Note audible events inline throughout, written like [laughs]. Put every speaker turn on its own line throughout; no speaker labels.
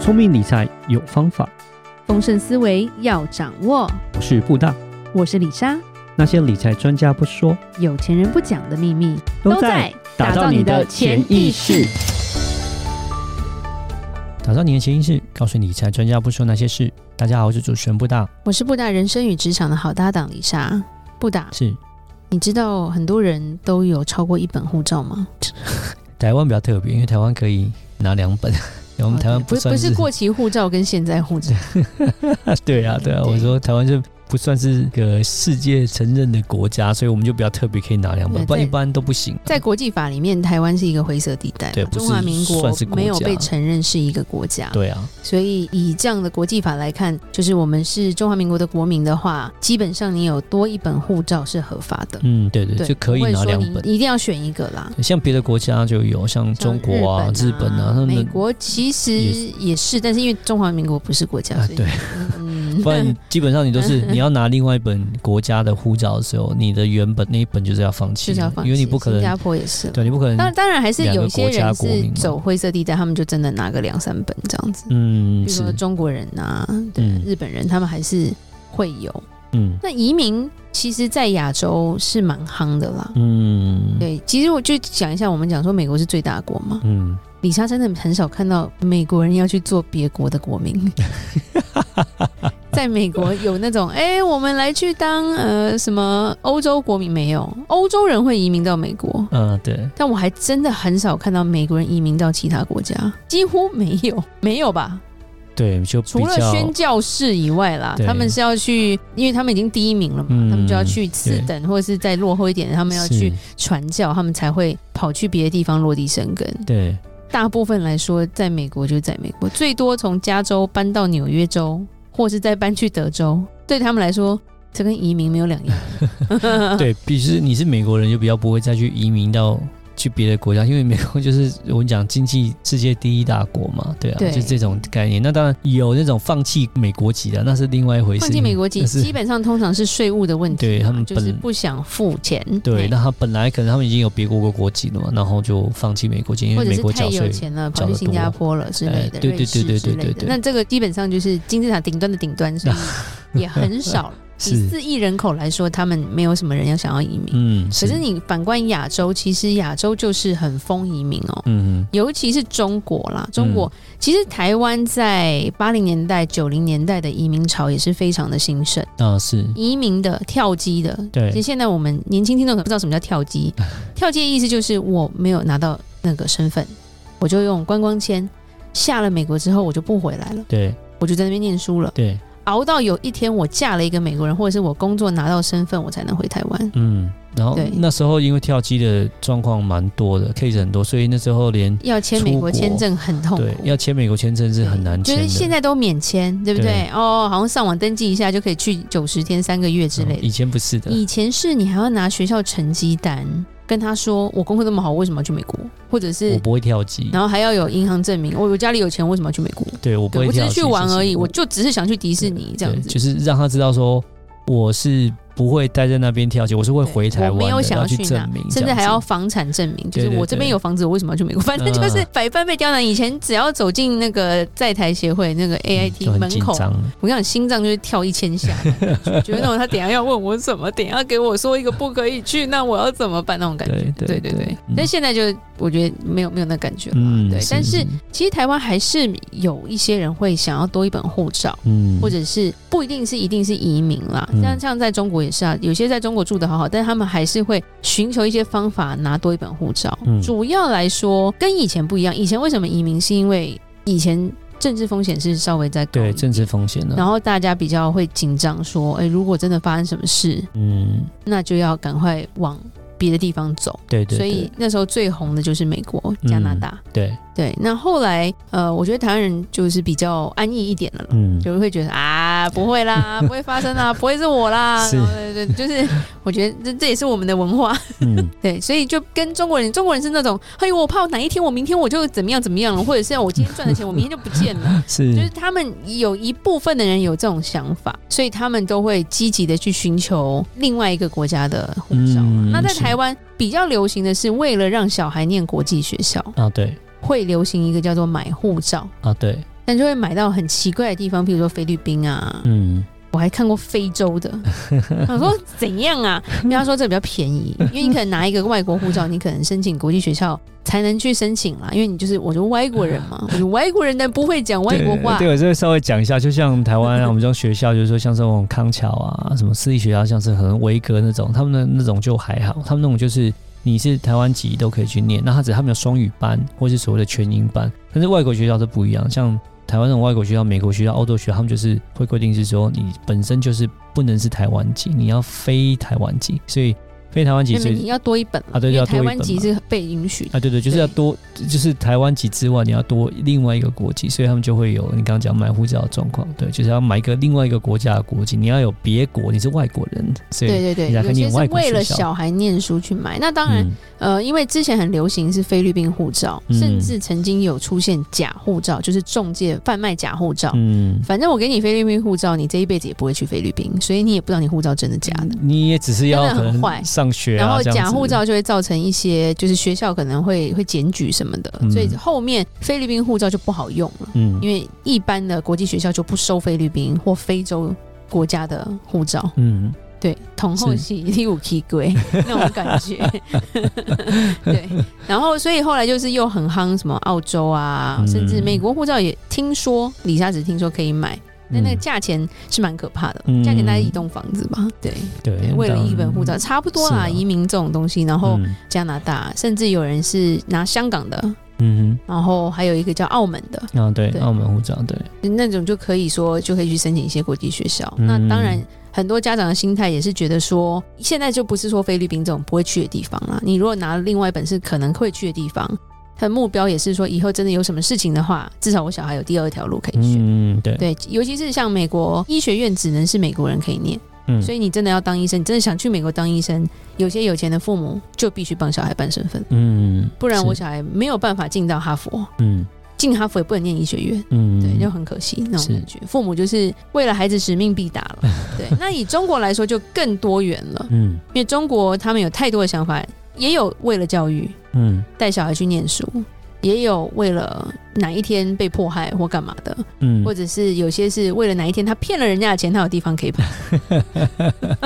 聪明理财有方法，
丰盛思维要掌握。
我是布大。
我是李莎，
那些理财专家不说，
有钱人不讲的秘密
打造你的潜意识。，打造你的潜意识，告诉你理财专家不说那些事。大家好，我是主持人布大，
我是布达人生与职场的好搭档李莎。布达，
是
你知道很多人都有超过一本护照吗？
台湾比较特别，因为台湾可以拿两本， [laughs] 我们台湾
不是
算
不
哦是
是过期护照跟现在
[laughs]
护照，
对啊，对啊，
对
我说台湾就不算是个世界承认的国家，所以我们就比较特别，可以拿两本，
对
不然一
在
般都不行。
在国际法里面，台湾是一个灰色地带嘛，
对不是
中华民国
算是国家
没有被承认是一个国家，
对啊，
所以以这样的国际法来看，就是我们是中华民国的国民的话，基本上你有多一本护照是合法的，
嗯，对对，
对，
就可以
不会
拿
说
两
你
本。
一定要选一个啦。
对像别的国家就有，像中国啊、
像
日
日
本啊，他
美
们
国其实
也
也是，但是因为中华民国不是国家，
啊
所以
对，[laughs]
嗯，
不
[laughs]
然基本上你都是你要拿另外一本国家的护照的时候，你的原本那一本就是要放弃
就
了，
是要放弃。
因为你不可
新加
能，
坡也是，
对你不可
当
能，
当然还是有一些
两个
人
国家国
是
民嘛啊
走灰色地带，他们就真的拿个两三本这样子。
嗯，
比如说
是，
中国人啊，对、
嗯
日本人，他们还是会有。
嗯
那移民其实，在亚洲是蛮夯的啦。
嗯，，
对，其实我就讲一下，我们讲说美国是最大国嘛，
嗯，
李莎真的很少看到美国人要去做别国的
[laughs]
国民。在美国有那种，哎、我们来去当呃什么欧洲国民没有？欧洲人会移民到美国，
嗯，对，
但我还真的很少看到美国人移民到其他国家，几乎没有，没有吧？
对，就比
除了
较
宣教士以外啦，
对
他们是要去，因为他们已经第一名了嘛，
嗯
他们就要去次
对
等或者是再落后一点，他们要
是
去传教，他们才会跑去别的地方落地生根。
对，
大部分来说，在美国就在美国，最多从加州搬到纽约州，或是再搬去德州。对他们来说，这跟移民没有
[laughs]
两样。嗯
对，比如是你是美国人，就比较不会再去移民到去别的国家，因为美国就是我们讲经济世界第一大国嘛，对啊，
对
就这种概念。那当然有那种放弃美国籍的，那是另外一回事。
放弃美国籍，
那是
基本上通常是税务的问题嘛，
对他们
就是
本
不想付钱。
对，
哎
那他本来可能他们已经有别国国国籍了嘛，然后就放弃美国籍，因
或
为
者
美
是
国
太
缴
有
税。
钱了，
缴
跑
得
去
多
新加坡了之类的，
哎对对
瑞士
对对
之类
对
的
对对
那这个基本上就是金字塔顶端的顶端，所
[laughs]
以也很少。以
是
四亿人口来说，他们没有什么人要想要移民。
嗯，
可是你反观亚洲，其实亚洲就是很风移民哦。
嗯
尤其是中国啦，中国、其实台湾在八零年代、九零年代的移民潮也是非常的兴盛，
啊是
移民的、跳机的。其实
对
现在我们年轻听众可能不知道什么叫
[laughs]
跳机，跳机的意思就是我没有拿到那个身份，我就用观光签下了美国之后，我就不回来了，
对
我就在那边念书了，
对，
熬到有一天我嫁了一个美国人，或者是我工作拿到身份，我才能回台湾。
嗯。然后
对
那时候因为跳机的状况蛮多的，case 很多，所以那时候连
要签美
出
国
国
签证很痛苦
对，要签美国签证是很难
就
签
是
的。
现在都免签，对不对？
对
哦，好像上网登记一下就可以去九十天、三个月之类
嗯以
的。
前不是的，
以前是你还要拿学校成绩单跟他说，我功课那么好，为什么要去美国？或者
我
是，
不会跳级，
然后还要有银行证明，我我家里有钱，为什么要去美国？
对我不会
对我只
跳
是
级，
去玩
就是
而已，我
对
就只是想去迪士尼这样子。
就是让他知道说我是不会待在那边跳级，我是会回台湾
我
的，
没有想
要
去
证
哪
明，，
甚
这
至
样
还
子
要房产证明，就是
对对
我这边
对嗯
有房子，我为什么要去美国？反正就是百般被刁难。以前只要走进那个在台协会那个
嗯
AIT
就很
门
紧
口，
张，
我跟你讲，心脏就是跳一
[laughs]
千下，觉得那种他等一下要问我什么，等一下给我说一个不可以去，那我要怎么办那种感觉。
对对
对对对，
嗯
但现在就我觉得没有没有那感觉了。
嗯，
对，但是其实台湾还是有一些人会想要多一本护照，
嗯，
或者是不一定是一定是移民啦，
嗯
像像在中国也是啊，有些在中国住的好好，但他们还是会寻求一些方法拿多一本护照。
嗯
主要来说跟以前不一样，以前为什么移民是因为以前政治风险是稍微在高一
对
点
政治风险啊呢，
然后大家比较会紧张，说，哎，如果真的发生什么事，
嗯，
那就要赶快往别的地方走。
对对，嗯
所
对
以那时候最红的就是美国、加拿大。
对，
对，那后来，呃，我觉得台湾人就是比较安逸一点了啦。
嗯，
就会觉得啊，不
[laughs]
会啦，不会发生啦，不会是我啦，
是
然后对对，就是我觉得这这也是我们的文化， [laughs]
嗯，
对，所以就跟中国人，中国人是那种，哎呦，我怕哪一天我明天我就怎么样怎么样了，或者是我今天赚的钱我明天就不见了，
是
就是他们有一部分的人有这种想法，所以他们都会积极的去寻求另外一个国家的护照嘛。
嗯
那在
是
台湾比较流行的是，为了让小孩念国际学校，
啊，对
会流行一个叫做买护照。
啊，对，
但就会买到很奇怪的地方，比如说菲律宾啊，
嗯，
我还看过非
[laughs]
洲的。我说怎样啊？因为他说这比较便宜，因为你可能拿一个外国护照，你可能申请国际学校才能去申请啦，因为你就是我就外国人
[laughs]
嘛，我就外国人但不会讲外国话
对，，我这个稍微讲一下，就像台湾啊，我们这种学校，就是说像这种康桥啊，什么私立学校，像是可能维格那种，他们的那种就还好，他们那种就是你是台湾籍都可以去念，那他只是他们有双语班或是所谓的全英班，但是外国学校是不一样，像。台湾那种外国学校、美国学校、欧洲学校，他们就是会规定是说，你本身就是不能是台湾籍，你要非台湾籍，所以非台湾籍
因
所
为
以
你要多一本
啊
了，
对
因
要
为
多一
台
本
湾籍
嘛
是被允许的。
啊，对对，就是要
对
多，就是台湾籍之外，你要多另外一个国籍，所以他们就会有你刚刚讲买护照的状况，对，就是要买一个另外一个国家的国籍，你要有别国，你是外国人，所以
对对
你才
对，
可以
有些
念
是
外国
为了
学校
小孩念书去买。那当然，
嗯
呃，因为之前很流行是菲律宾护照，
嗯
甚至曾经有出现假护照，就是中介贩卖假护照。
嗯，
反正我给你菲律宾护照，你这一辈子也不会去菲律宾，所以你也不知道你护照真的假的。
你也只是要
真的
可
很坏
能上学、嗯啊，
然后
这样
假
子
护，照就会造成一些，就是学校可能会会检举什么的，
嗯
所以后面菲律宾护照就不好用了，
嗯
因为一般的国际学校就不收菲律宾或非洲国家的护照。
嗯，
对，同后
是
期第五期
[laughs]
归那种感觉。对，然后所以后来就是又很夯什么澳洲啊，
嗯
甚至美国护照也听说，李莎只听说可以买，但那个
嗯
价钱是蛮可怕的，
嗯
价钱大概一栋房子吧。对，
对，
为了
当
一本护照差不多
是
啦，
啊
移民这种东西，然后
嗯
加拿大，甚至有人是拿香港的，
嗯
然后还有一个叫澳门的，
哼，啊对，
对
澳门护照，对，
那种就可以说就可以去申请一些国际学校。
嗯
那当然，很多家长的心态也是觉得说，现在就不是说菲律宾这种不会去的地方啦。你如果拿另外一本是可能会去的地方，他的目标也是说，以后真的有什么事情的话，至少我小孩有第二条路可以选。
嗯对，
对，尤其是像美国医学院只能是美国人可以念，
嗯
所以你真的要当医生，你真的想去美国当医生，有些有钱的父母就必须帮小孩办身份，
嗯，
不然
是
我小孩没有办法进到哈佛，
嗯
进哈佛也不能念医学院。
嗯，
对，就很可惜那
是
种感觉。父母就是为了孩子使命必达
[laughs]
了。对，那以中国来说就更多元了，
嗯
因为中国他们有太多的想法，也有为了教育
嗯
带小孩去念书，也有为了哪一天被迫害或干嘛的，
嗯
或，者是有些是为了哪一天他骗了人家的钱，他有地方可
[laughs]
以跑。
[laughs]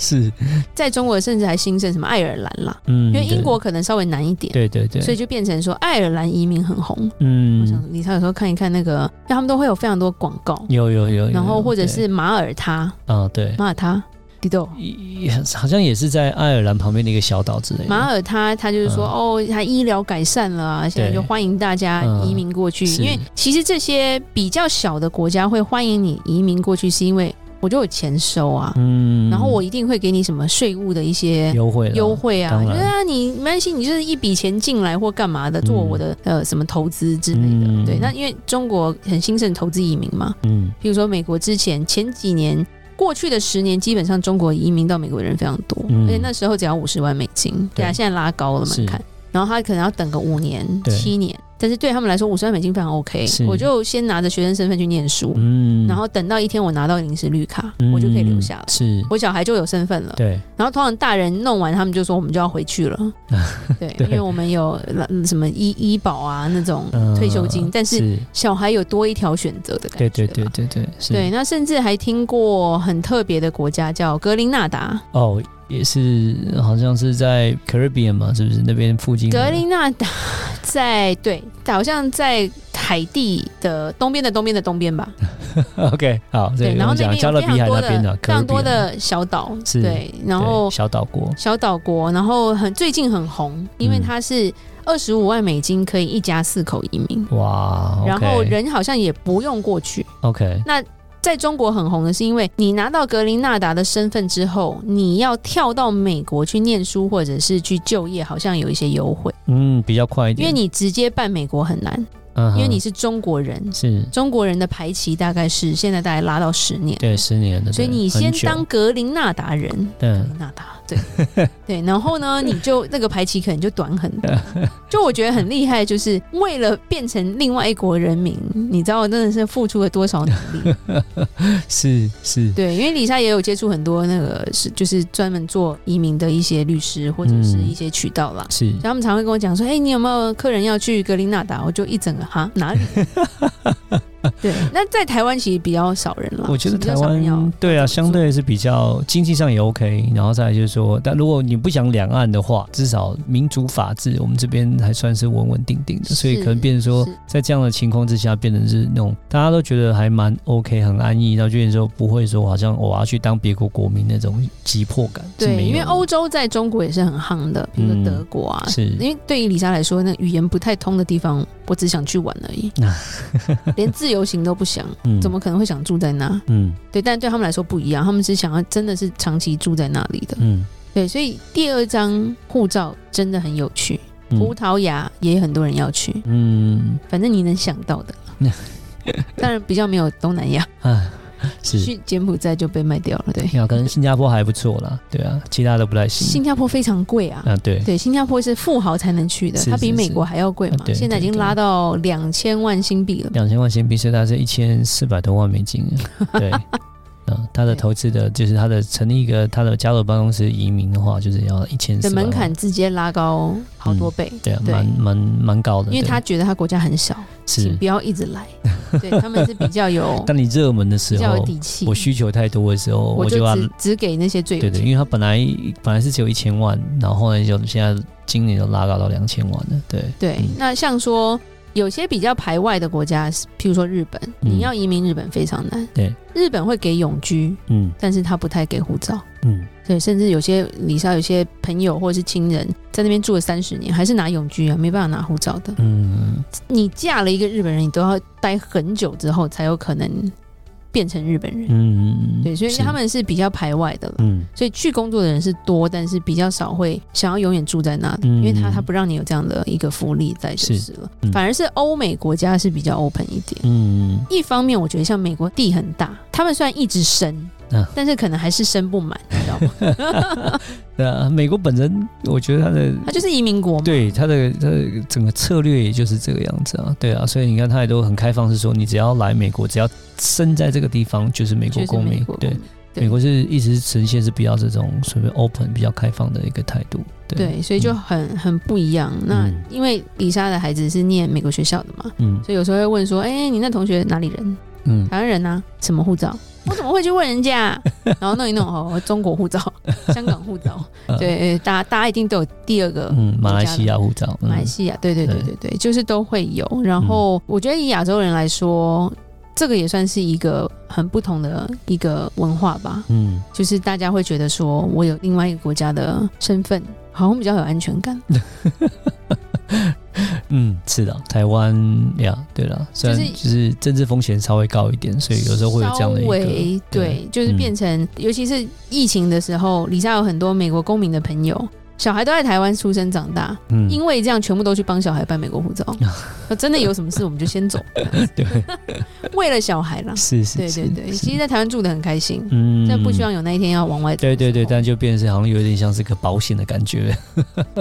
是，
在中国甚至还兴盛什么爱尔兰啦，
嗯，
因为英
对
国可能稍微难一点。
对对对，
所以就变成说，爱尔兰移民很红。我想
嗯，
你有时候看一看那个，因为他们都会有非常多广告，
有有有有，
然后
有
或者
对
是马耳他，
啊对，
马耳他，迪豆。
也好像也是在爱尔兰旁边的一个小岛之类的。
马耳他，他就是说，哦，他医疗改善了啊，现在就欢迎大家
嗯
移民过去。
是
因为其实这些比较小的国家会欢迎你移民过去，是因为我就有钱收啊，
嗯
然后我一定会给你什么税务的一些
优惠了
优惠啊，
当
就
然
是啊，你没关系，你就是一笔钱进来或干嘛的，
嗯
做我的、呃什么投资之类的。
嗯
对，那因为中国很兴盛投资移民嘛，
嗯
比如说美国之前前几年。过去的十年，基本上中国移民到美国的人非常多，
嗯
而且那时候只要五十万美金，对啊，
对
现在拉高了门槛，然后他可能要等个五年、
对
七年，但是对他们来说，五十万美金非常 OK
是。
我就先拿着学生身份去念书，
嗯
然后等到一天我拿到临时绿卡，
嗯
我就可以留下来，
是，
我小孩就有身份了。
对，
然后通常大人弄完，他们就说我们就要回去
[laughs]
了，对，
对
因为我们有嗯什么医医保啊那种退休金，
呃
但是
是
小孩有多一条选择的感觉
对
吧。
对对对对是，
对，那甚至还听过很特别的国家叫格林纳达。
哦，也是好像是在 Caribbean 嘛，是不是那边附近的？
格林纳达 [laughs] 在对，好像在海地的东边的东边的东边吧。
[laughs] OK 好，这
对，
个
然
我们
后那
讲
边
加
有
勒
非
比海
常多
那边啊
的
的
非常多
Caribbean
的小岛，
是
对，然
对
后
小岛国，
小岛国，然后很最近很红，因为
嗯
它是二十五万美金可以一家四口移民，
哇，OK，
然后人好像也不用过去。
OK
在中国很红的是因为你拿到格林纳达的身份之后，你要跳到美国去念书或者是去就业，好像有一些优惠，
嗯比较快一
因为
点，
你直接办美国很难，
嗯哼
因为你是中国人，
是
中国人的排期大概是现在大概拉到十年，
对十年的，
嗯所以
对
你
很
先
久嗯
当格林纳达人，格
对
林纳达对对， [laughs] 然后呢，你就那个排期可能就短很
[laughs]
多。就我觉得很厉害，就是为了变成另外一国人民，你知道我真的是付出了多少努力？
[laughs] 是是
对，因为李莎也有接触很多那个是就是专门做移民的一些律师或者是一些渠道啦。
是
所以他们常会跟我讲说：“哎、你有没有客人要去格林纳达？”我就一整个哈哪里？
[laughs]
对，那在台湾其实比较少人了。
我觉得
比较
台
少人要
湾对啊，
这么
相
做
对是比较经济上也 OK，然后再来就是说，但如果你不想两岸的话，至少民主法治，我们这边还算是稳稳定定的，所以
是
可能变成说
是，
在这样的情况之下，变成是那种大家都觉得还蛮 OK，很安逸，然后就变成说不会说好像我要去当别国国民那种急迫感，是
对，
没有
因为
的
欧洲在中国也是很夯的，比如
嗯
说德国啊。
是
因为对于李莎来说，那语言不太通的地方，我只想去玩
[laughs]
而已，连自由行都不想，
嗯
怎么可能会想住在那？
嗯
对，但对他们来说不一样，他们是想要真的是长期住在那里的。
嗯
对，所以第二张护照真的很有趣，
嗯
葡萄牙也很多人要去，
嗯
反正你能想到
[laughs]
的。当然比较没有东南亚，
啊是。嗯
去柬埔寨就被卖掉了。对，
呀，可能新加坡还不错啦，对啊，其他的不太行。
新加坡非常贵啊。
啊，对，
对，新加坡是富豪才能去的，
是
它比
是
美
是
国还要贵嘛
啊，对
现在已
对
经
对
拉到两千万新币了。
两千万新币，所以大概是一千四百多万美
[laughs]
金。对，啊，他的
对
投资的就是他的成立一个他的加入办公室移民的话，就是要一千
的
四
门槛，直接拉高好多倍，
啊对啊，
对
蛮蛮蛮高的，
因为
对
他觉得他国家很小，请
是
不，要一直
[laughs]
来。对他们是比较有
当你热门的
比
时
较有
候，
底气，
哦我需求太多的时候，
我
我
就
就要
只只给那些最有
对对，
钱
因为他本来本来是只有一千万，然后后来就现在今年就拉高到两千万了，对，
对
嗯
那像说有些比较排外的国家，譬如说日本，
嗯
你要移民日本非常难。
对，
日本会给永居，
嗯
但是他不太给护照。
嗯，
对，甚至有些李莎有些朋友或者是亲人在那边住了三十年，还是拿永居啊，没办法拿护照的。
嗯，
你嫁了一个日本人，你都要待很久之后才有可能变成日本人。
嗯，
对，所以
是
他，们是比较排外的了。
嗯
所以去工作的人是多，但是比较少会想要永远住在那里，
嗯
因为他他不让你有这样的一个福利在就是了。
嗯
反而是欧美国家是比较 open 一点。
嗯
一方面，我觉得像美国地很大，他们虽然一直生，
嗯
但是可能还是生不满，你知道吗？
[laughs] 对啊，美国本身我觉得他的
它就是移民国嘛。
对他的他的整个策略也就是这个样子啊，对啊，所以你看他也都很开放，是说你只要来美国，只要生在这个地方就是美国
就是
公
美
民
国，公
对
民，对
美国是一直呈现是比较这种所谓 open 比较开放的一个态度，对，
对，所以就很很不一样。那
嗯
因为李莎的孩子是念美国学校的嘛，
嗯
所以有时候会问说：“哎、你那同学哪里人？
嗯，
台湾人啊？什么护照？” [laughs] 我怎么会去问人家、 [laughs] 然后弄一弄哦，中国 [laughs] 护照、香港护照，
呃，
对，大家大家一定都有第二个
嗯，马来西
国家
亚护照，
呃的、马来
嗯
西亚，对对对嗯对对，就是都会有。然后我觉得以亚洲人来说，这个也算是一个很不同的一个文化吧，
嗯，
就是大家会觉得说我有另外一个国家的身份，好像比较有安全感。
嗯，是的，台湾呀，对了，虽然
就是
就是政治风险稍微高一点，所以有时候会有这样的一
稍
个嗯
微，对，就是变成，尤其是疫情的时候，李莎有很多美国公民的朋友，小孩都在台湾出生长大，
嗯，
因为这样全部都去帮小孩办美国护照， [laughs] 那真的有什么事我们
[laughs]
就先走，
[laughs] 对，
为了小孩啦。
是是
对
是，
对对，
是
其实在台湾住的很开心，
嗯
但不希望有那一天要往外走
对
的时候。
对对，但就变成是好像有点像是个保险的感觉。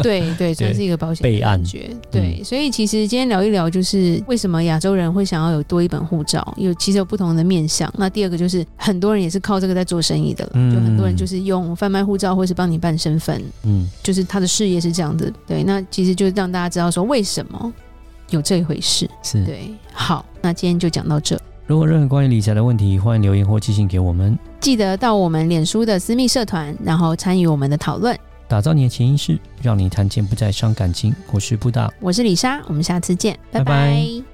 对对，算是一个保险
备
的
案
感觉。对，所以其实今天聊一聊，就是为什么亚洲人会想要有多一本护照，有其实有不同的面向。那第二个就是很多人也是靠这个在做生意的了，
嗯
就很多人就是用贩卖护照或是帮你办身份，
嗯，
就是他的事业是这样子。对，那其实就让大家知道说为什么有这一回事。
是。
对，好，那今天就讲到这。
如果有任何关于理财的问题，欢迎留言或寄信给我们。
记得到我们脸书的私密社团，然后参与我们的讨论。
打造你的潜意识，让你谈钱不再伤感情。我是布达，
我是李莎，我们下次见，
拜
拜
拜
拜